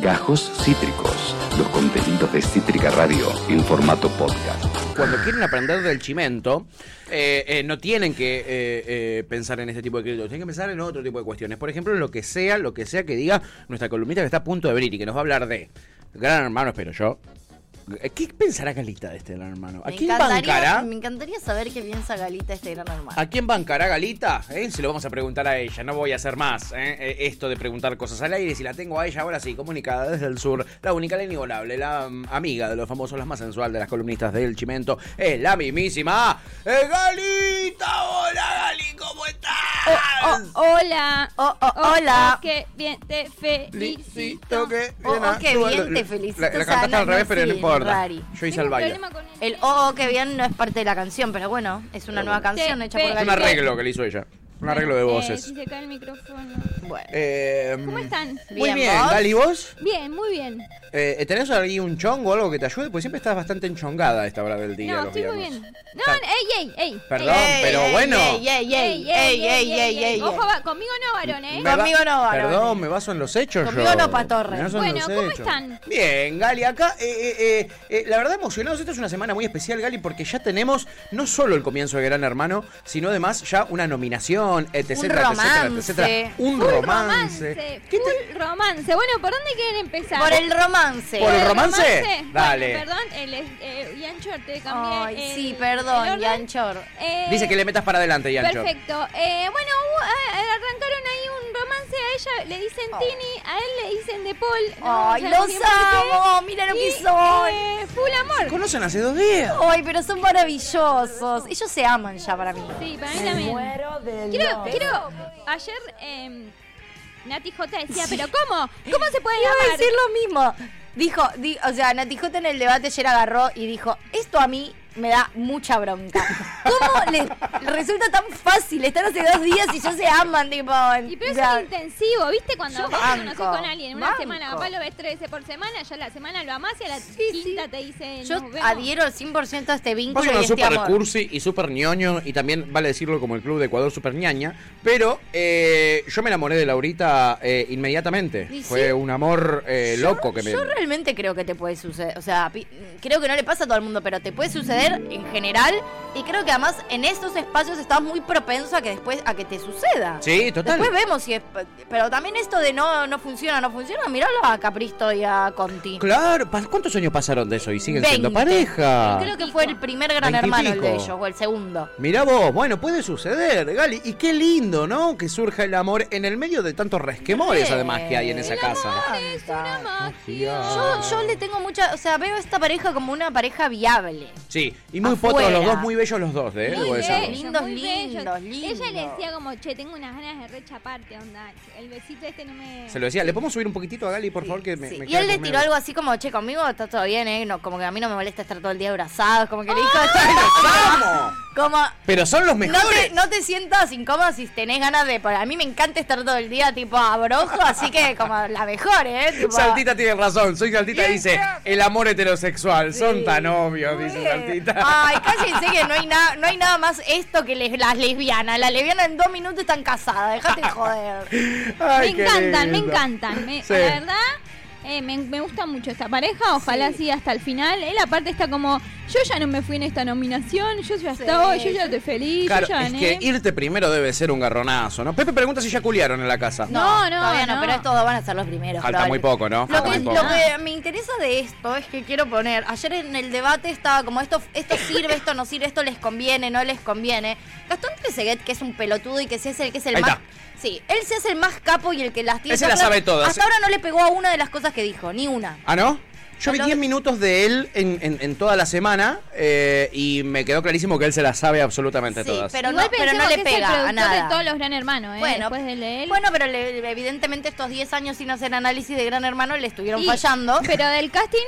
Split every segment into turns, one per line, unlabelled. Gajos Cítricos. Los contenidos de Cítrica Radio en formato podcast.
Cuando quieren aprender del chimento, eh, eh, no tienen que eh, eh, pensar en este tipo de créditos, tienen que pensar en otro tipo de cuestiones. Por ejemplo, lo que sea, lo que sea que diga nuestra columnista que está a punto de venir y que nos va a hablar de Gran Hermano, espero yo. ¿Qué pensará Galita de este Gran Hermano? ¿A
Me
quién
encantaría-
bancará?
Me encantaría saber qué piensa Galita este gran hermano.
¿A quién bancará Galita? ¿Eh? Se lo vamos a preguntar a ella. No voy a hacer más ¿eh? Eh, esto de preguntar cosas al aire. Si la tengo a ella ahora sí, comunicada desde el sur, la única, la inigualable, la mm, amiga de los famosos, la más sensual de las columnistas del Chimento, es la mismísima eh, Galita. Hola, Gali, ¿cómo estás?
Oh, hola.
Oh, oh, hola.
Que bien te felicito.
Felicito que
Oh,
bien
oh, qué
actúa.
bien, te
La-
felicito,
La, la
o sea,
cantaste
no,
al
no
revés, pero no
es
importa.
raro.
Yo hice
Tengo
el
un
baile.
problema con
El oh, oh, qué bien no es parte de la canción, pero bueno, es una nueva canción hecha por
Te-
Es un
Gali.
Galita.
arreglo que le hizo ella. Un arreglo de
Eh,
voces.
si se cae el micrófono.
Bueno,
Eh,
¿Cómo están?
Muy
Bien,
bien,
¿vos?
Gali, ¿vos?
Bien, muy bien.
Eh, ¿Tenés ahí un chongo o algo que te ayude? Pues siempre estás bastante enchongada a esta hora del día.
No,
los
estoy muy
viernes.
bien. No, no, ey, ey, ey.
Perdón, pero bueno.
Ey, ey, ey, ey, ey, ey, ey,
Ojo,
ey.
va- conmigo no, varón, eh.
Me
Conmigo no, varón.
Perdón, me baso en los hechos
Conmigo
yo.
no, Patorre.
Me baso en
Bueno,
los
¿cómo
hechos.
están?
Bien, Gali, acá, eh, eh, eh, eh, la verdad emocionados, esta es una semana muy especial, Gali, porque ya tenemos no solo el comienzo de Gran Hermano, sino además ya una nominación, etc.
Un
etcétera,
romance.
etcétera. Un
Full
romance. ¿Qué
Full
te-
romance. Bueno, ¿por dónde quieren empezar?
Por el romance.
Por el romance? Dale.
Bueno, perdón, el, eh, Yanchor, te cambié.
Ay,
el-
sí,
el
perdón,
orden.
Yanchor.
Eh,
Dice que le metas para adelante, Yancho.
Perfecto. Eh, bueno, hubo- eh, arrancaron ahí un romance. A ella le dicen Tini, a él le dicen De Paul.
Ay,
sabemos
los
bien por qué.
amo, mira lo que
Y,
son.
eh, full amor.
Conocen hace dos días.
Ay, pero son maravillosos. Ellos se aman ya para mí.
Sí, para mí también. Quiero, quiero, ayer eh, Nati J decía, pero ¿cómo? ¿Cómo se puede
Iba a
amar?
decir lo mismo. Dijo, di- o sea, Natijota en el debate ayer agarró y dijo, esto a mí me da mucha bronca. ¿Cómo les resulta tan fácil estar hace dos días y ya se aman, tipo?
Y pero
o
es
sea,
un intensivo, ¿viste? Cuando
Yo
vos te conoces
banco,
con alguien una
banco.
semana, capaz lo ves tres veces por semana, ya la semana lo amás y a la
sí.
quinta te dice,
yo
nos vemos.
adhiero al 100% a este
Vos
vínculo
sos
y
una
este
super
amor.
cursi y super ñoño, y también vale decirlo como el club de Ecuador super ñaña, pero eh, yo me enamoré de Laurita eh, inmediatamente.
¿Y
Fue
sí?
un amor eh,
Yo-
loco que me...
Yo realmente creo que te puede suceder. O sea, pi- creo que no le pasa a todo el mundo, pero te puede suceder en general. Y creo que además en estos espacios estás muy propenso a que después, a que te suceda.
Sí, total.
Después vemos si es. Pero también esto de no, no funciona, no funciona. Miralo a Capristo y a Conti.
Claro, pa- ¿cuántos años pasaron de eso y siguen siendo
Veinte.
pareja?
Creo que fue el primer gran hermano el de ellos, o el segundo.
Mirá vos, bueno, puede suceder, Gali. Y qué lindo, ¿no? Que surja el amor en el medio de tantos resquemores,
Re.
además, que hay en esa
El
casa.
Es una magia.
Yo, yo le tengo mucha. O sea, veo a esta pareja como una pareja viable.
Sí, y muy fotos los
Afuera.
dos, muy bellos los dos, ¿eh?
Muy
Debo
bello,
decirlo.
bellos,
Lindos,
muy bellos.
lindos, lindos.
Ella le decía como, che, tengo unas ganas de rechaparte, onda. El besito este no me...
Se lo decía, ¿le podemos subir un poquitito a Gali, por favor? Que me,
Sí.
me
Y
queda
él le
como
tiró
medio-
algo así como, che, conmigo está todo bien, ¿eh? No, como que a mí no me molesta estar todo el día abrazados. Como que le dijo,
¡Vamos!
como.
Pero son los
No
mejores.
te, no te sientas incómodo si tenés ganas de. por- A mí me encanta estar todo el día tipo abrojo, así que como la mejor, ¿eh? Tipo-
Saltita tiene razón, soy Saltita, dice el amor heterosexual, son tan obvios, dice Saltita.
Ay, cállense que no hay, nada no hay nada más esto que les- las lesbianas. Las lesbianas en dos minutos están casadas, déjate de joder.
Ay,
me
qué
encantan, me
lindo.
encantan. Me-
Sí.
La verdad, eh, me, me gusta mucho esta pareja. Ojalá siga hasta el final. Él aparte está como, yo ya no me fui en esta nominación, yo ya
Sí.
estoy, yo ya estoy feliz,
Claro,
yo ¿eh? ya
es
gané.
que irte primero debe ser un garronazo, ¿no? Pepe pregunta si ya culiaron en la casa.
No, no,
Todavía no,
no.
pero estos dos van a ser los primeros.
Falta muy
probable.
poco, ¿no?
Lo
Falta
que,
muy
lo
poco.
que me interesa de esto es que quiero poner, ayer en el debate estaba como esto, esto sirve, esto no sirve, esto les conviene, no les conviene. Gastón Treseguet, que es un pelotudo y que se hace el que es el
Ahí
más...
está.
Sí, él se hace el más capo y el que las tiene.
Ese la sabe todas.
Hasta ahora no le pegó a una de las cosas que dijo, ni una.
¿Ah, no? Yo vi
Lo-
10 minutos de él en, en- en toda la semana eh, y me quedó clarísimo que él se la sabe absolutamente
Sí,
todas.
pero
Igual
no, pero no
pensemos
le
que es el
pega a
productor
nada.
de todos los Gran Hermanos, ¿eh? Después de leer.
bueno, pero le- le- evidentemente estos 10 años sin hacer análisis de Gran Hermano le estuvieron
Y-
fallando.
Pero del casting,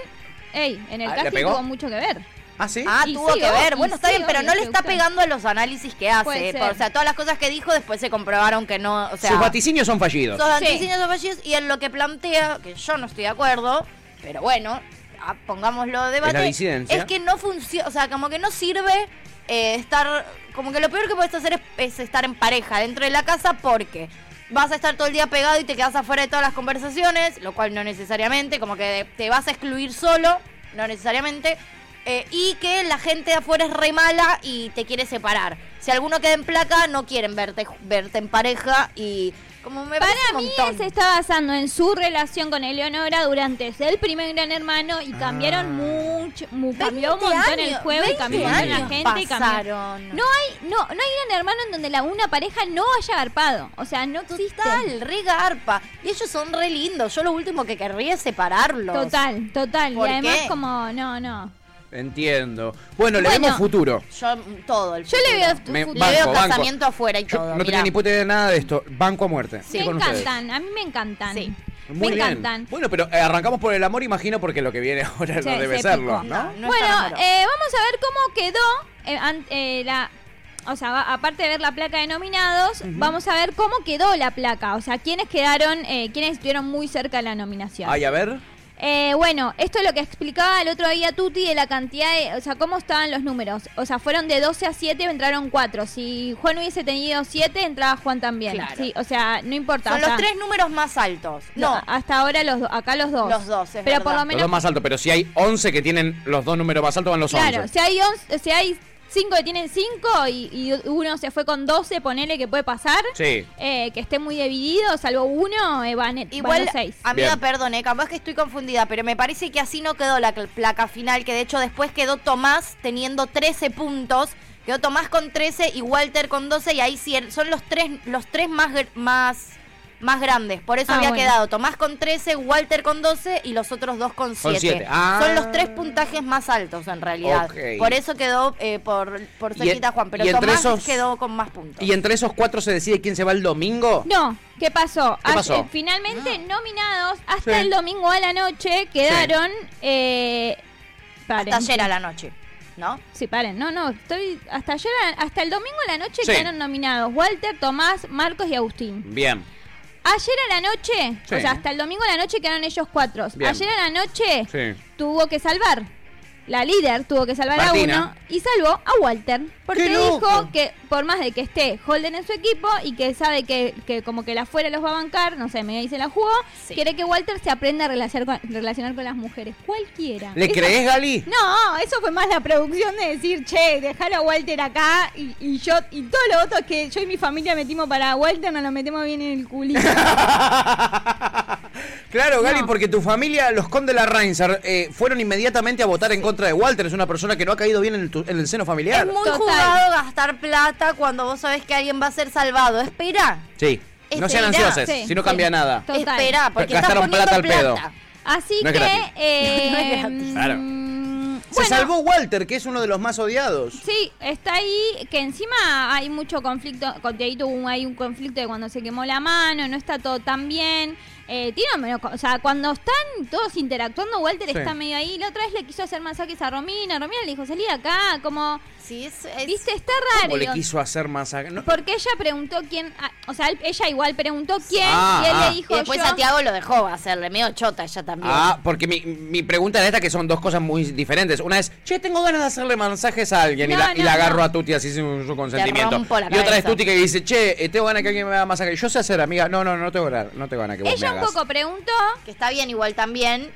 ey, en el
Ah, ¿le
casting
pegó?
tuvo mucho que ver.
¿Ah, sí?
Ah,
Y
tuvo
sí,
que
obvio,
ver.
y
Bueno, está
sí,
bien, pero
obvio,
no le
que
está
usted-
pegando a los análisis que
Puede
hace.
ser.
Por- o sea, todas las cosas que dijo después se comprobaron que no. O sea,
Sus vaticinios son fallidos.
sus
Sí.
vaticinios son fallidos y en lo que plantea, que yo no estoy de acuerdo, pero bueno, ah, pongámoslo de debate.
Es la disidencia.
es que no funciona, o sea, como que no sirve eh, estar. Como que lo peor que puedes hacer es, es estar en pareja dentro de la casa porque. vas a estar todo el día pegado y te quedas afuera de todas las conversaciones, lo cual no necesariamente, como que te vas a excluir solo, no necesariamente, eh, y que la gente de afuera es re mala y te quiere separar. Si alguno queda en placa, no quieren verte, verte en pareja y como me parece
Para
un
mí
montón.
se está basando en su relación con Eleonora durante el primer Gran Hermano y cambiaron
Ah.
mucho, mu- cambió un
20
montón el
años,
juego y
20
cambió un montón la
años
gente y cambió.
pasaron.
No hay, no, no hay Gran Hermano en donde la una pareja no haya garpado, o sea, no existe.
Total, re garpa. Y ellos son re lindos. Yo lo último que querría es separarlos.
Total, total.
¿Por
Y además
qué?
como, no, no.
Entiendo. Bueno, le
Bueno.
vemos futuro.
Yo mm, todo el
Yo le veo
futuro.
tu
Me-
futuro.
Le veo
Banco, banco.
casamiento afuera y
Yo
todo.
no tenía
mirá.
ni puta idea de nada de esto. Banco a muerte.
Sí.
me
Estoy con ustedes.
encantan, a mí me encantan.
Sí.
Muy
me
bien.
encantan.
Bueno, pero eh, arrancamos por el amor, imagino, porque lo que viene ahora
Sí,
no debe
se
serlo,
picó.
¿no?
No
bueno,
está enamorado.
eh, vamos a ver cómo quedó eh, an- eh, la... O sea, va- aparte de ver la placa de nominados, vamos a ver cómo quedó la placa. O sea, quiénes quedaron, eh, quiénes estuvieron muy cerca de la nominación.
Ay, a ver.
Eh, bueno, esto es lo que explicaba el otro día Tuti de la cantidad de. O sea, cómo estaban los números. O sea, fueron de 12 a 7, entraron 4. Si Juan hubiese tenido 7, entraba Juan también.
Claro.
Sí, o sea, no importa.
Son
o sea,
los tres números más altos.
No, ah,
No,
hasta ahora los dos. Acá los dos.
Los dos, es
Pero
verdad.
por lo
Los
menos.
dos más altos, pero si hay 11 que tienen los dos números más altos, van los 11.
Claro, si hay, 11 si hay 5 que tienen 5 y, y uno se fue con 12, ponele que puede pasar.
Sí.
Eh, que esté muy dividido, salvo uno, eh, van,
Igual,
van los 6.
amiga,
Bien.
perdone, capaz que estoy confundida, pero me parece que así no quedó la cl- placa final, que de hecho después quedó Tomás teniendo 13 puntos, quedó Tomás con 13 y Walter con 12 y ahí sí er- son los tres los tres más gr- más más grandes, por eso
Ah,
había
bueno.
quedado Tomás con 13, Walter con 12 y los otros dos con 7.
siete. Ah.
Son los tres puntajes más altos en realidad.
Ok.
Por eso quedó eh, por por
Y
cerquita
en-
Juan, pero
y entre
Tomás
esos-
quedó con más puntos.
¿Y entre esos cuatro se decide quién se va el domingo?
No, ¿qué pasó?
¿Qué
Ayer-
pasó?
finalmente
Ah.
nominados hasta
Sí.
el domingo a la noche quedaron. Eh, paren.
Hasta ayer a la noche, ¿no?
Sí, paren, no, no, estoy. Hasta ayer, a- hasta el domingo a la noche
Sí.
quedaron nominados Walter, Tomás, Marcos y Agustín.
Bien.
Ayer a la noche,
Sí.
o sea, hasta el domingo a la noche quedaron ellos cuatro.
Bien.
Ayer a la noche
Sí.
tuvo que salvar. La líder tuvo que salvar a
Martina.
uno y salvó a Walter. Porque
¡Qué
dijo
loco!
que por más de que esté Holden en su equipo y que sabe que, que como que la fuera los va a bancar, no sé, me se la jugó,
Sí.
quiere que Walter se aprenda a relacionar con, relacionar con las mujeres, cualquiera.
¿Le
Eso-
crees, Gali?
No, eso fue más la producción de decir, che, dejalo a Walter acá y, y yo, y todo lo otro es que yo y mi familia metimos para Walter, nos lo metemos bien en el culito.
Claro, Gali,
No.
porque tu familia, los condes la Reinsar, fueron inmediatamente a votar en contra de Walter. Es una persona que no ha caído bien en el, tu- en el seno
Es
familiar.
muy
Total.
jugado gastar plata cuando vos sabés que alguien va a ser salvado. Espera.
Sí. No sean
Esperá.
ansiosos,
Sí,
si no
sí.
cambia nada.
Total.
Espera, porque estás
Gastaron
poniendo
plata
plata.
al pedo.
Así
No es
que.
gratis.
eh,
No es gratis.
Claro.
mm,
Se
bueno,
salvó Walter, que es uno de los más odiados.
Sí, está ahí, que encima hay mucho conflicto, con Dieguito hubo- hay un conflicto de cuando se quemó la mano, no está todo tan bien. Eh, tiene medio co- o sea, cuando están todos interactuando, Walter
Sí.
está medio ahí. La otra vez le quiso hacer masajes a Romina, Romina le dijo, salí de acá, como,
Sí, es, es-
viste, está
¿Cómo
raro.
le
digo,
quiso hacer masacre? No,
Porque ella preguntó quién, ah, o sea, él- ella igual preguntó quién,
Ah,
y él
ah.
le dijo
Y después
yo.
Santiago lo dejó hacerle, medio chota ella también.
Ah, porque mi, mi pregunta era esta, que son dos cosas muy diferentes. Una es, che, tengo ganas de hacerle masajes a alguien y,
No,
la, y
no,
la agarro
no.
a Tuti así sin su consentimiento.
rompo la
y otra es
cabeza.
Tuti que dice, che, eh, tengo ganas que alguien me haga masaje. Yo sé hacer, amiga. No, no, no, no tengo ganas, no tengo ganas que vos me
Ella un
hagas.
poco preguntó,
Que está bien igual también.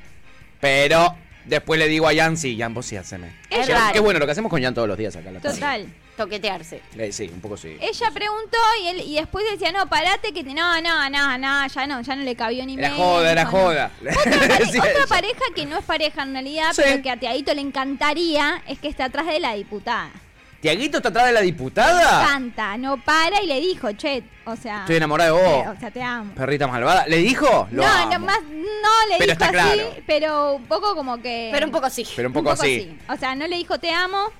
Pero después le digo a Jan, sí, Jan, vos sí haceme.
Es
Qué-
raro.
Qué bueno, lo que hacemos con Jan todos los días acá. en La tarde.
total.
Toquetearse.
Eh, sí, un poco sí.
Ella preguntó y, él, y después decía, no, parate, que te- no, no, no, no, ya no, ya no le cabió ni
Era
medio,
joda, era
no.
joda.
Otra, pare-
Decía
otra
ella.
pareja que no es pareja en realidad,
Sí.
pero que a Teadito le encantaría, es que está atrás de la diputada.
¿Tiaguito está atrás de la diputada?
Canta, no para y le dijo, che, o sea,
Ah. Estoy enamorada de
eh,
vos.
o sea te amo.
Perrita malvada. ¿Le dijo? Lo
no, no,
amo.
más, no le
Pero
dijo
está
así,
claro.
pero un poco como que...
Pero un poco sí.
Pero un poco, así.
O sea, no le dijo te amo,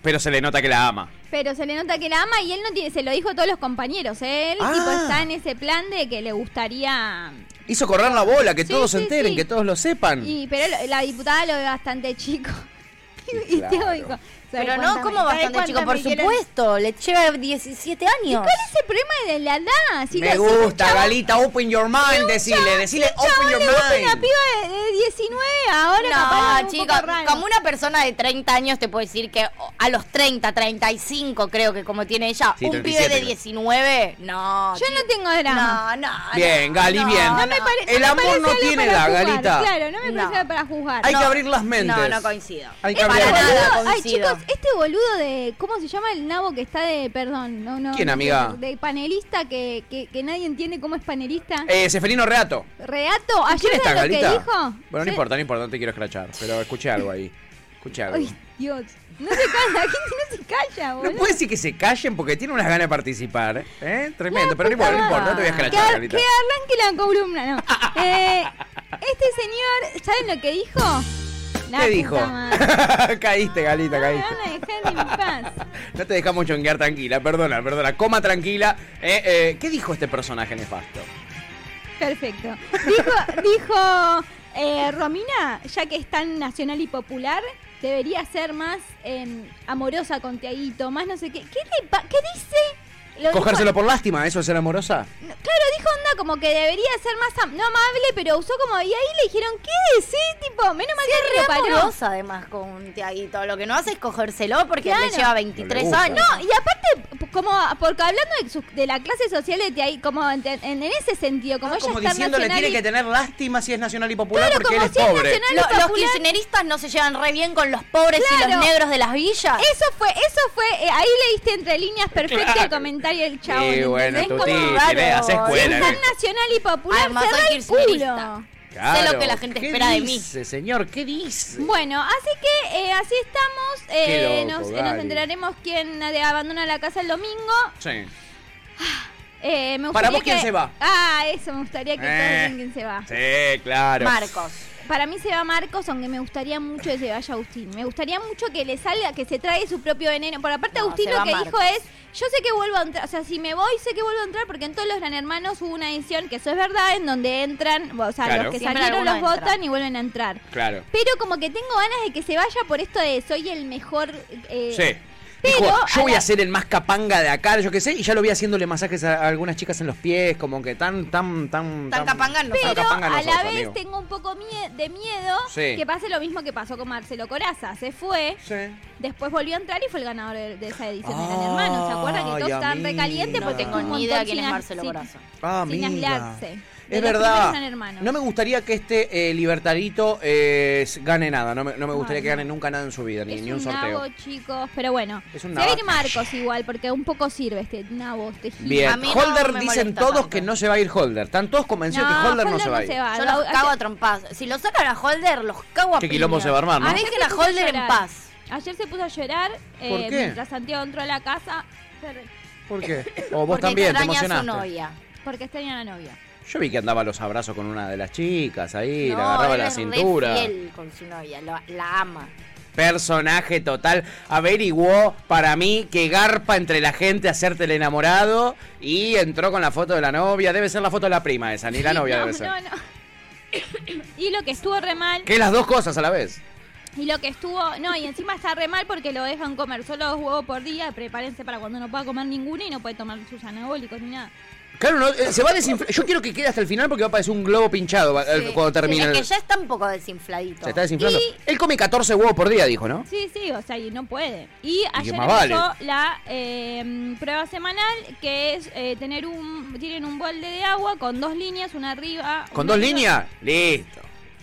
Pero se le nota que la ama.
pero se le nota que la ama y él no tiene, se lo dijo a todos los compañeros, ¿eh? él
Ah.
tipo, está en ese plan de que le gustaría...
Hizo correr la bola, que
Sí,
todos se
sí,
enteren,
sí.
que todos lo sepan.
Y, pero lo- la diputada lo ve bastante chico. Y,
Claro.
Teo dijo, "¿Sabés
Pero
cuántas
no,
me-
como
¿sabés
bastante
cuántas
chico,
me
por
quieren?
supuesto. Le lleva 17 años.
¿Cuál es el problema de la edad? Si
Me
lo- si un
gusta,
chabón-
Galita, open your mind, decile, decile
un
open
chabón
your
le gusta una
mind.
piba de, de 19, ahora capaz es
no,
un
chicos,
poco raro.
como una persona de 30 años te puedo decir que o- a los 30, 35 creo que como tiene ella,
Sí,
un
37
pibe de
creo.
19, no.
Yo
chicos.
no tengo drama.
No, no.
Bien, Gali, bien.
No, me pare-
El
me
amor
parece
no
algo
tiene
para
edad,
juzgar,
Galita.
Claro, no me
No.
parece para juzgar.
Hay que abrir las mentes.
No, no coincido.
Hay que
Este
abrir
para
las
nada.
mentes.
boludo- Ay,
coincido.
chicos, este boludo de. ¿Cómo se llama el nabo que está de. Perdón, no, no.
¿Quién,
no sé,
amiga?
De panelista que, que, que nadie entiende cómo es panelista.
Eh, Seferino Reato.
Reato, ayer
¿Quién está,
era lo
Galita?
que dijo.
Bueno, no
Yo-
importa, no importa, no te quiero escrachar. Pero escuché algo ahí. Escuché algo.
Ay, Dios. No se calla, la gente no se calla,
No
boludo.
puede decir que se callen porque tiene unas ganas de participar. ¿eh? Tremendo,
La
pero no
puta
importa, no importa, no te voy a
madre.
escrachar,
que,
Galita.
que arranque la columna, no. Eh, este señor, ¿saben lo que dijo? La
¿Qué
puta
dijo?
madre.
caíste, Galita,
No me van
caíste.
a dejar en paz.
No te dejamos chonguear tranquila, perdona, perdona. Coma tranquila. Eh, eh, ¿Qué dijo este personaje nefasto?
Perfecto. Dijo, dijo eh, Romina, ya que es tan nacional y popular, debería ser más eh, amorosa con Tiaguito, más no sé qué. ¿Qué, le pa- qué dice? Lo
¿Cogérselo
dijo-
por lástima? ¿Eso es ser amorosa?
no, claro, dijo onda como que debería ser más am- no amable, pero usó como. Y ahí le dijeron, ¿qué decís? Tipo, menos mal que
Re
lo paró.
amorosa además con un Tiaguito. Lo que no hace es cogérselo porque
Claro.
le lleva
No
23
le gusta.
años.
No, y aparte, p- como porque hablando de, su- de la clase social de Tiaguito, como en, en- en ese sentido, como
No,
ella
Ah, como
está
diciéndole
nacional
tiene
y-
que tener lástima si es nacional y popular
Claro,
porque él
como
es
si es
pobre.
nacional-
Lo- los
popular-
kirchneristas no se llevan re bien con los pobres y
Claro.
los negros de las
Ah.
villas.
Eso fue, eso fue, eh, ahí leíste entre líneas perfecto
Claro.
el comentario del chabón.
Sí,
¿entendés?
bueno,
Es
tu
como,
tío,
títere,
raro.
hace
si
escuela.
es tan nacional y popular,
Además,
cerrá
soy
el
kirchnerista.
culo.
Sé lo que la gente
¿Qué
espera de mí.
dice, señor? ¿Qué dice?
Bueno, así que eh, así estamos.
Qué
eh,
loco,
nos, eh, nos
Gali.
enteraremos quién eh, abandona la casa el domingo.
Sí.
Eh, me
Para
gustaría
vos, ¿quién
que-
se va?
Ah, eso, me gustaría que todos
Eh.
digan quién se va.
Sí, claro.
Marcos.
Para mí se va Marcos, aunque me gustaría mucho que se vaya Agustín. Me gustaría mucho que le salga, que se trae su propio veneno. Por aparte,
No,
Agustín
se
lo
va
que
Marcos.
dijo es, yo sé que vuelvo a entrar, o sea, si me voy, sé que vuelvo a entrar, porque en todos los Gran Hermanos hubo una edición, que eso es verdad, en donde entran, o sea,
Claro.
los que
Siempre
salieron los
alguno entra.
votan y vuelven a entrar.
Claro.
Pero como que tengo ganas de que se vaya por esto de soy el mejor... eh,
Sí.
Pero
Dijo, yo
a
voy
la-
a ser el más capanga de acá, yo qué sé, y ya lo vi haciéndole masajes a a algunas chicas en los pies, como que tan, tan, tan...
Tan capanga no
tan
Pero
capanga no
a la
sos,
vez
amigo.
tengo un poco mie- de miedo
Sí.
que pase lo mismo que pasó con Marcelo Coraza. Se fue,
Sí.
Después volvió a entrar y fue el ganador de, de esa edición de Gran
Ay,
Hermano. ¿Se acuerdan que todos estaban
amiga.
recalientes?
No
Porque
tengo
fue un
ni idea
montón
quién es
sin a-
Marcelo
sin-
Corazón.
Ah,
sin
amiga.
aislarse. De
Es
los
verdad.
primeros Gran Hermanos.
No me gustaría que este eh, libertarito eh, s- gane nada. No me, no me gustaría
Ay,
que
no.
gane nunca nada en su vida, ni,
es
ni un,
un
sorteo.
nabo, chicos. Pero bueno,
Es
se
un
va a ir
nabo.
Marcos igual, porque un poco sirve este nabo, este gil.
A
Bien,
mí no
Holder
me
dicen
molesta
todos
tanto.
que no se va a ir Holder. Están todos convencidos que Holder, no se va a ir.
Yo
Lo-
los cago Ah, a trompadas. Si lo sacan a Holder, los cago a
Qué
piña.
quilombo se va a armar, ¿no?
Ah,
Ayer
Dejen
se
a
puso a
Holder en
llorar.
paz.
Ayer se puso a llorar eh,
¿Por qué?
mientras Santiago entró a la casa per-
¿Por qué? O vos
porque
también, te
extraña a su
emocionaste.
novia.
porque tenía la novia.
Yo vi que andaba a los abrazos con una de las chicas ahí,
no,
le agarraba
él
la
es re
cintura.
fiel con su novia, lo- la ama.
Personaje total. Averiguó para mí que garpa entre la gente hacerte el enamorado y entró con la foto de la novia. Debe ser la foto de la prima esa, ni la novia
no,
debe ser.
No, no. y lo que estuvo re mal
Que las dos cosas a la vez.
Y lo que estuvo, no, y encima está re mal porque lo dejan comer solo dos huevos por día, prepárense para cuando no pueda comer ninguno y no puede tomar sus anabólicos ni nada.
Claro, no, eh, se va a desinflar. Yo quiero que quede hasta el final porque va a parecer un globo pinchado va- eh,
Sí.
cuando termine.
Es
el-
que ya está un poco desinfladito.
Se está desinflando. Él come 14 huevos por día, dijo, ¿no?
Sí, sí, o sea, y no puede. Y ayer
más
empezó
vale.
la eh, prueba semanal, que es eh, tener un, tienen un bolde de agua con dos líneas, una arriba.
¿Con
una
dos
arriba,
líneas? Listo.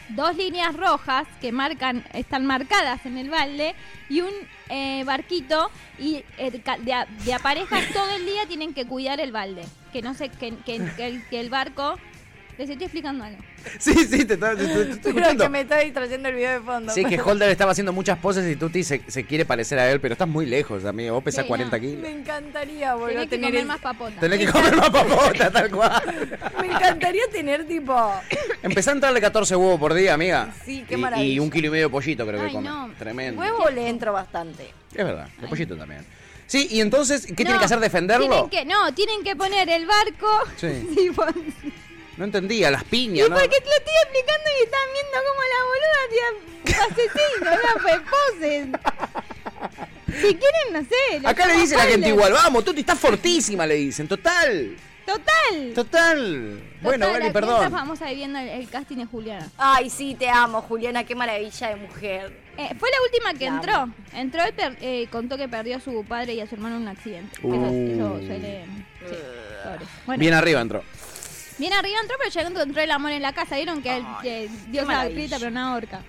Dos líneas rojas que marcan, están marcadas en el balde y un eh, barquito y eh, ca- de, a- de a parejas todo el día tienen que cuidar el balde. Que no sé, que, que- que el, que el barco... Les estoy explicando algo.
Sí, sí, te, está- te- te- te estoy
Creo
escuchando.
que me está distrayendo el video de fondo.
Sí, que Holder estaba haciendo muchas poses y Tuti se, se quiere parecer a él, pero estás muy lejos, amigo. Vos pesás
Sí,
40
no.
kilos.
Me encantaría, boludo,
Tenés que
tener
comer
ese-
más papota.
Tenés que comer más papota, tal cual.
Me encantaría tener tipo.
Empezá a entrarle 14 huevos por día, amiga.
Sí, qué
Y- Y,
maravilla.
un kilo y medio de pollito creo que
Ay,
come.
no.
Tremendo.
Huevo le entro bastante.
Es verdad, el pollito también. Sí, y entonces, ¿qué tiene
No,
que hacer? ¿Defenderlo?
Tienen que, no, tienen que poner el barco.
Sí.
vos-
No entendía, las
Y
piñas, ¿no?
porque te lo estoy explicando y están viendo como la boluda tía asesina, no fue poses. Si quieren, no sé. lo
Acá le
hacemos
dice la gente
Holder.
igual, vamos, Tuti, está fortísima, le dicen, total.
Total.
Total. Bueno,
Total,
Beli,
aquí
perdón.
está famosa viviendo el, el casting de Juliana.
Ay, sí, te amo, Juliana, qué maravilla de mujer.
Eh, fue la última que
La
entró.
amo.
Entró y per- eh, contó que perdió a su padre y a su hermano en un accidente. Eso-
Uh.
Eso, suele. sí, pobre. Bueno, bien.
Bien arriba entró.
arriba entró, pero ya encontró el amor en la casa. Vieron que él
Ay,
eh,
qué
dio una
maravilla.
grita, pero una horca.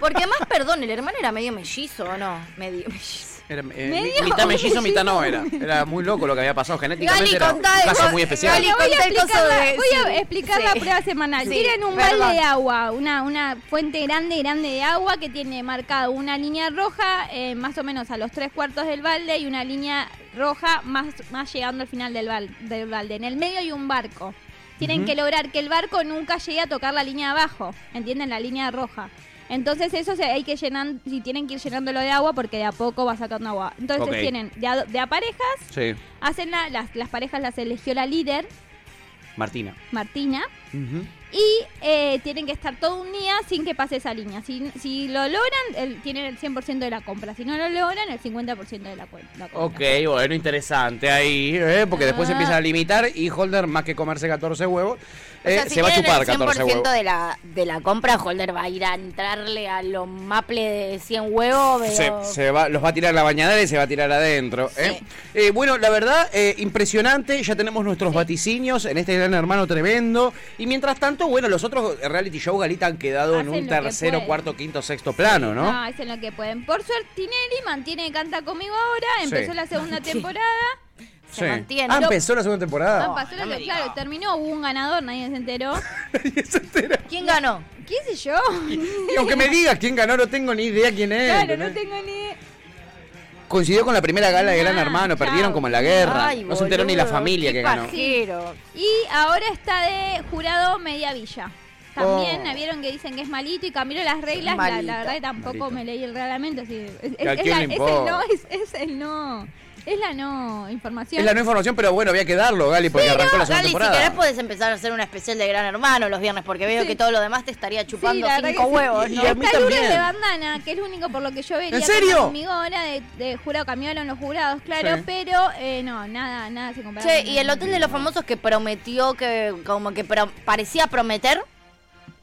Porque además, perdón, el hermano era medio mellizo, ¿o no? Medio mellizo.
Era, eh,
Medio
mitad mellizo,
mellizo.
mitad no era. Era muy loco lo que había pasado. Genéticamente
Gali,
era
contá
un caso
algo.
muy especial.
Gali,
voy a
conté el coso
explicar, la,
de-
voy a
sí,
explicar
sí.
la prueba semanal.
Sí,
Tienen un
perdón.
balde de agua, una, una fuente grande, grande de agua que tiene marcado una línea roja eh, más o menos a los tres cuartos del balde y una línea roja más, más llegando al final del, bal- del balde. En el medio hay un barco. Tienen
Ujú.
que lograr que el barco nunca llegue a tocar la línea abajo, ¿entienden? La línea roja. Entonces eso se, hay que llenar, si tienen que ir llenándolo de agua porque de a poco va sacando agua. Entonces
Ok.
tienen de a, de a parejas,
Sí,
hacen la- las, las parejas las eligió la líder,
Martina.
Martina,
Ujú.
y eh, tienen que estar todo un día sin que pase esa línea. Si, si lo logran, el- tienen el 100% de la compra. Si no lo logran, el 50% de la, cuen- la compra.
Ok, bueno, interesante ahí, ¿eh? porque después se
Ah.
empieza a limitar y Holder, más que comerse 14 huevos,
O sea,
eh,
si
se va a
quieren
chupar
el
14 huevos.
de la, de la compra, Holder va a ir a entrarle a los maple de 100 huevos.
Se,
pero-
se va, los va a tirar la bañadera y se va a tirar adentro. ¿eh? Eh, bueno, la verdad, eh, impresionante. Ya tenemos nuestros vaticinios en este gran hermano tremendo. Y mientras tanto, bueno, los otros reality show Galita han quedado en
Hacen
un
lo que
tercero,
pueden.
cuarto, quinto, sexto plano, ¿no?
Ah, hacen lo que pueden. Por suerte, Tinelli mantiene Canta Conmigo ahora.
Sí.
Empezó la segunda temporada.
se mantiene.
Ah, empezó la segunda
Ah,
temporada.
pasó lo que- claro, terminó, hubo un ganador, nadie se enteró.
Y eso entera.
¿Quién ganó?
¿Qué sé yo?
Y aunque me digas quién ganó, no tengo ni idea quién es.
claro,
¿entendés?
no tengo ni...
Coincidió con la primera gala de Gran
Ah,
Hermano,
chao.
perdieron como en la guerra.
Ay,
no se enteró ni la
boludo,
familia
qué
que ganó.
pajero.
Y ahora está de jurado Media Villa. También
Oh.
vieron que dicen que es malito y cambió las reglas. La, la
Malito.
verdad que tampoco
Malito.
me leí el reglamento. así- es, es-
¿Que a
es
quién
la-
le
es el
importa?
no, es, es el no. Es la no información.
Es la no información, pero bueno, había que darlo, Gali, porque arrancó la segunda
Gali, si
temporada.
querés podés empezar a hacer una especial de Gran Hermano los viernes, porque veo
Sí.
que todo lo demás te estaría
Sí,
chupando
la verdad
cinco
que sí.
huevos,
Y
¿no?
a mí
Está Lourdes
también.
de Bandana, que es lo único por lo que yo vería.
¿En serio?
Conmigo ahora de, de jurado cambiaron los jurados, claro,
Sí.
pero eh, no, nada, nada se compara.
Che,
con
y el
nada.
hotel de los famosos que prometió que, como que pro- parecía prometer.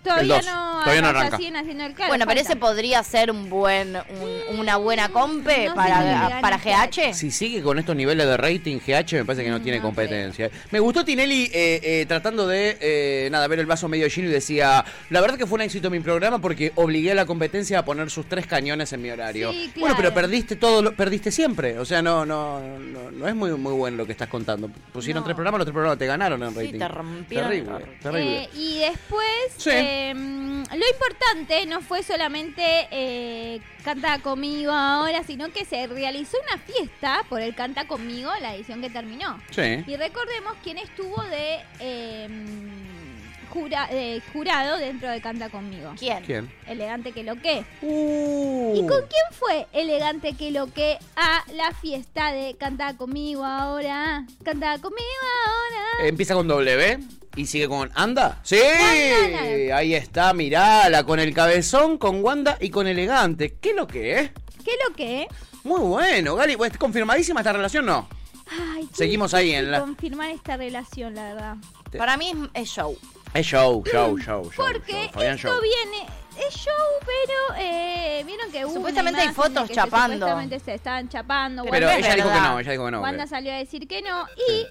Todavía
El dos.
no,
Todavía no
ya
arranca.
siguen haciendo el claro,
bueno, pero
falta.
ese podría ser un buen, un- una buena compe
no sé si le
para,
gana
para
el GH.
GH.
Si sigue con estos niveles de rating GH, me parece que no tiene competencia. Me gustó Tinelli eh, eh, tratando de, eh, nada, ver el vaso medio lleno y decía, la verdad que fue un éxito mi programa porque obligué a la competencia a poner sus tres cañones en mi horario.
Sí, claro.
Bueno, pero perdiste todo, lo- perdiste siempre. O sea, no no no, no es muy muy bueno lo que estás contando. Pusieron
No.
tres programas, los tres programas te ganaron en rating.
te rompieron el
Terrible,
orto.
terrible.
Eh, y después,
Sí.
eh, lo importante no fue solamente eh, Canta conmigo ahora, sino que se realizó una fiesta por el Canta conmigo, la edición que terminó.
sí.
Y recordemos quién estuvo de eh, jura- eh, jurado dentro de Canta conmigo.
¿Quién?
¿Quién?
Elegante que lo que.
Uh.
¿Y con quién fue elegante que lo que a la fiesta de Canta conmigo ahora? Canta conmigo ahora.
Empieza con W y sigue con Anda. Sí,
Anda.
ahí está, mirala, con el cabezón, con Wanda y con elegante. ¿Qué lo que es?
¿Qué lo que?
Muy bueno, Gali, ¿es confirmadísima esta relación no?
Ay, qué
Seguimos ahí en
difícil
la-
confirmar esta relación, la verdad.
Para mí es- es show.
Es show, show, show, show.
Porque
show, Fabián
esto
Show.
viene es show, pero eh, vieron que hubo
Supuestamente hay
una imagen de
fotos
que se-
chapando.
Supuestamente se estaban chapando.
Pero
Bueno,
Wanda,
es
ella dijo que
verdad.
no, ella dijo que no.
Wanda
que-
salió a decir que no y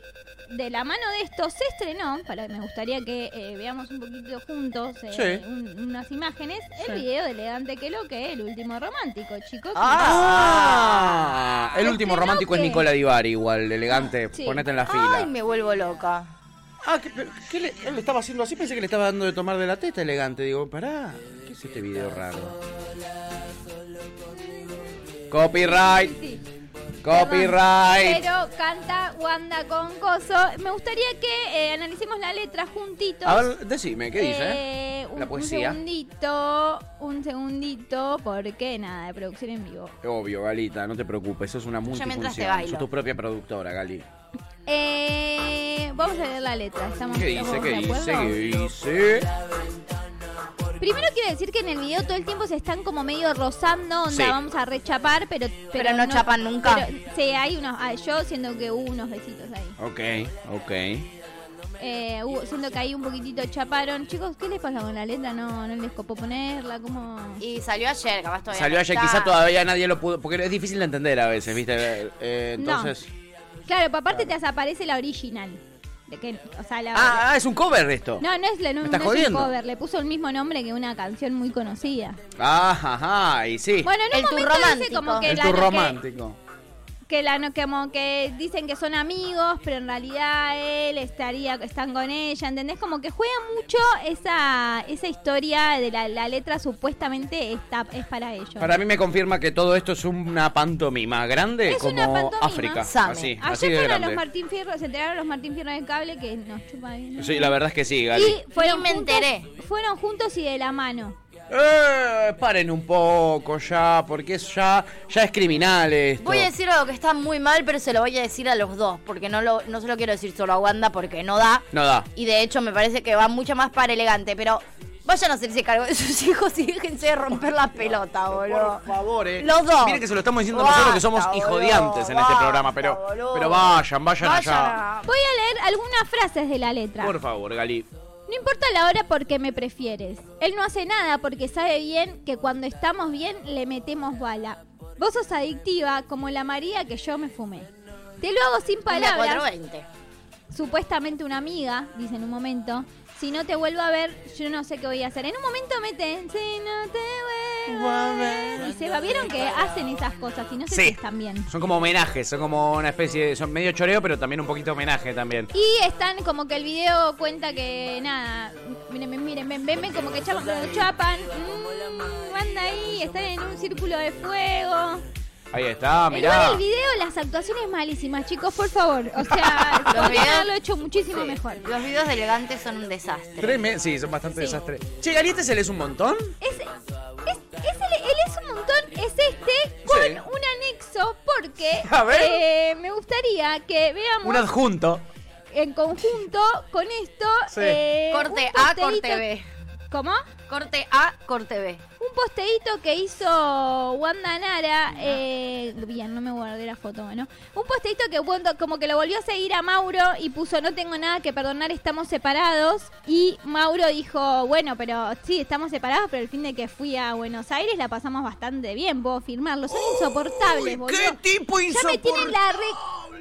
de la mano de esto se estrenó, para me gustaría que eh, veamos un poquito juntos
Sí.
eh, un- unas imágenes, el video de Elegante que lo que el último romántico, chicos.
Ah, el último
Este
romántico es
bloque.
Nicola Divari, igual, elegante,
Sí.
ponete en la fila.
Ay, me vuelvo loca.
Ah, ¿qué, pero qué le, él le estaba haciendo así? Pensé que le estaba dando de tomar de la teta elegante. Digo, pará, ¿qué es este video raro? Copyright,
Sí, sí.
copyright.
Pero canta Wanda con Coso. Me gustaría que eh, analicemos la letra juntitos.
A ver, decime, ¿qué dice?
Eh, un,
La
un
poesía.
segundito, un segundito, porque nada, de producción en vivo.
Obvio, Galita, no te preocupes, sos una
Yo mientras te
multifunción.
bailo.
Sos tu propia productora, Gali.
Eh, vamos a leer la letra. Estamos,
¿Qué dice?
estamos
¿Qué
de
dice?
acuerdo?
¿Qué dice?
Primero quiero decir que en el video todo el tiempo se están como medio rozando, onda,
Sí.
vamos a rechapar, pero,
Pero no chapan nunca.
pero- sí, hay unos, ah, yo siento que hubo unos besitos ahí.
Ok, ok.
Eh, hubo- siento que ahí un poquitito chaparon. Chicos, ¿qué les pasa con la letra? No, no les copó ponerla, como...
Y salió ayer, capaz todavía.
Salió
no
ayer,
está.
quizá todavía nadie lo pudo, porque es difícil de entender a veces, ¿viste? Eh,
No.
entonces...
Claro, pero aparte te aparece la original. De que, o sea, la...
Ah, ah, es un cover esto.
no, no es, la- no,
¿Me estás
no es un
jodiendo?
cover, le puso el mismo nombre que una canción muy conocida.
Ah, ajá, y sí.
Bueno, en un
El tour
momento dice
romántico.
como que
el
la
tour
que-
romántico.
que la no- como que dicen que son amigos, pero en realidad él estaría, están con ella, ¿entendés? Como que juega mucho esa, esa historia de la, la letra supuestamente está, es para ellos.
Para mí me confirma que todo esto es una pantomima grande
Es
como
una pantomima.
África.
Sabe.
Así, así
Ayer
de
fueron los
grande.
Martín Fierro, se enteraron los Martín Fierro del cable que nos chupa bien. ¿no?
Sí, la verdad es que sí, Gali.
y fueron
Ni me
juntos-
enteré.
Fueron juntos y de la mano.
Eh, paren un poco ya, porque es ya, ya es criminal esto.
Voy a decir algo que está muy mal, pero se lo voy a decir a los dos, porque no, lo, no se lo quiero decir solo a Wanda, porque no da.
No da.
Y de hecho me parece que va mucho más para elegante, pero vayan a hacerse cargo de sus hijos y déjense de romper la pelota, boludo.
Por favor, eh.
Los dos.
Miren que se lo estamos diciendo
Basta,
nosotros que somos
boludo,
hijodiantes en este
basta,
programa, pero,
boludo.
pero vayan, vayan, allá.
a-
Voy a leer algunas frases de la letra.
Por favor, Gali.
No importa la hora porque me prefieres. Él no hace nada porque sabe bien que cuando estamos bien le metemos bala. Vos sos adictiva como la María que yo me fumé. Te lo hago sin
Una
palabras.
420.
Supuestamente una amiga, dice en un momento. Si no te vuelvo a ver, yo no sé qué voy a hacer. En un momento meten, si no te vuelvo a ver. Y se va, vieron que hacen esas cosas y no sé
Sí.
si están bien.
Son como homenajes, son como una especie de. Son medio choreo, pero también un poquito homenaje también.
Y están como que el video cuenta que nada, miren, miren, ven, ven, ven, como que chapan, lo chapan, mm, anda ahí, están en un círculo de fuego.
Ahí está,
Igual
Ah, mirá.
el video, las actuaciones malísimas, chicos, por favor. O sea, podrían
videos-
haberlo hecho muchísimo mejor.
Los videos de elegante son un desastre.
Treme- sí, son bastante desastres. Che, Gali, ¿este se lees un montón?
Es, es, es el, él es un montón, es este, con
Sí.
un anexo, porque
A ver.
eh, me gustaría que veamos...
Un adjunto.
en conjunto con esto.
Sí.
eh,
Corte
un
A, corte
posteíto-
B.
¿Cómo?
Corte A, corte B.
Un posteíto que hizo Wanda Nara. eh, bien, no me guardé la foto, bueno. Un posteíto que Wanda- como que lo volvió a seguir a Mauro y puso: No tengo nada que perdonar, estamos separados. Y Mauro dijo: Bueno, pero sí, estamos separados, pero el fin de que fui a Buenos Aires la pasamos bastante bien. Puedo firmarlo. Son insoportables, boludo.
¡Qué tipo
ya me tienen
insoportable,
la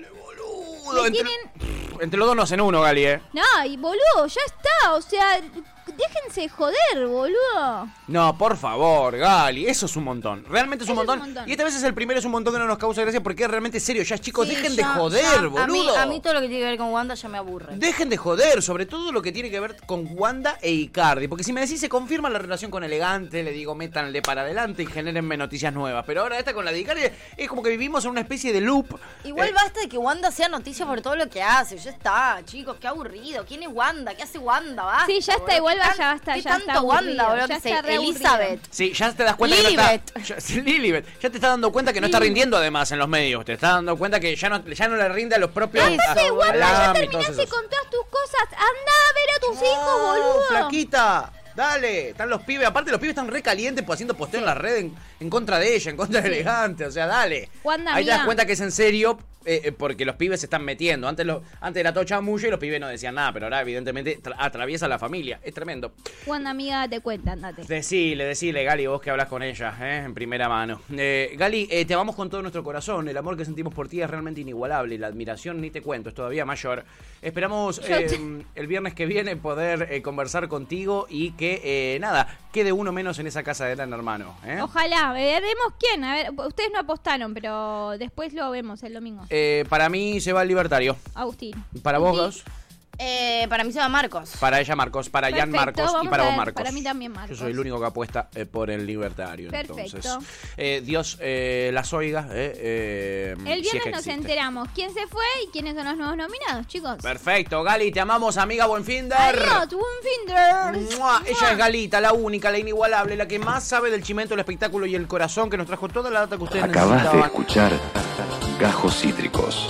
re-
boludo!
me
Entre,
tienen-
Pff, entre los dos nos en uno, Gali, eh.
No, y boludo, ya está. O sea, déjense joder, boludo.
No, por favor, Gali, eso es un montón. Realmente es un,
Eso es
montón.
un montón.
Y esta vez es el primero, es un montón que no nos causa gracia porque es realmente serio. Ya, chicos,
Sí,
dejen de
ya-
joder,
ya,
boludo.
A mí, a mí todo lo que tiene que ver con Wanda ya me aburre.
Dejen de joder, sobre todo lo que tiene que ver con Wanda e Icardi. Porque si me decís se confirma la relación con Elegante, le digo métanle para adelante y generenme noticias nuevas. Pero ahora esta con la de Icardi es como que vivimos en una especie de loop.
Igual
Eh,
basta de que Wanda sea noticia por todo lo que hace. Ya está, chicos, qué aburrido. ¿Quién es Wanda? ¿Qué hace Wanda? Basta,
Sí, ya está,
boludo.
igual
¿Qué
vaya,
tan-
basta,
¿Qué
ya
tanto
está aburrido,
Wanda, boludo?
ya
que se-
está re aburrido.
Elizabeth.
Sí, ya te das cuenta que no
Lilibet.
está. Ya- sí, Lilibet. Ya te está dando cuenta que no está rindiendo además en los medios. Te está dando cuenta que ya no, ya no le rinde a los propios.
Eso,
Aparte, Wanda, ya
Alam y todos
terminaste
esos.
con todas tus cosas. Anda a ver a tus hijos, boludo.
Flaquita. Dale, están los pibes. Aparte, los pibes están re calientes pues, haciendo posteo en la red en, en contra de ella, en contra de Elegante. O sea, dale.
Wanda,
Ahí te das
amiga.
cuenta que es en serio eh, eh, porque los pibes se están metiendo. Antes, lo, antes era todo chamullo y los pibes no decían nada, pero ahora, evidentemente, tra- atraviesa la familia. Es tremendo.
Wanda, amiga, te cuenta, andate.
Decile, decile, Gali, vos que hablas con ella, ¿eh? en primera mano. Eh, Gali, eh, te amamos con todo nuestro corazón. El amor que sentimos por ti es realmente inigualable. y La admiración, ni te cuento, es todavía mayor. Esperamos
Yo
eh,
te-
el viernes que viene poder eh, conversar contigo y que, eh, nada, quede uno menos en esa casa de gran hermano. ¿eh?
Ojalá, veremos quién. A ver, ustedes no apostaron, pero después lo vemos el domingo.
Eh, mm, para mí se va el libertario.
Agustín.
Para vos, Gus,
Eh, para mí se va Marcos.
Para ella, Marcos. Para Jan
Perfecto,
Marcos. Y
vamos
para
a
vos,
ver,
Marcos.
para mí también Marcos.
Yo soy el único que apuesta eh, por el libertario. Entonces.
Perfecto.
Eh, Dios eh, las oiga. eh, eh, si es
El
que
viernes nos
existe.
enteramos quién se fue y quiénes son los nuevos nominados, chicos.
Perfecto, Gali, te amamos, amiga, buen fin de.
Adiós, buen fin de-
Mua. Ella es Galita, la única, la inigualable, la que más sabe del chimento, el espectáculo y el corazón, que nos trajo toda la data que ustedes
Acabas de
necesitaban.
escuchar Gajos Cítricos.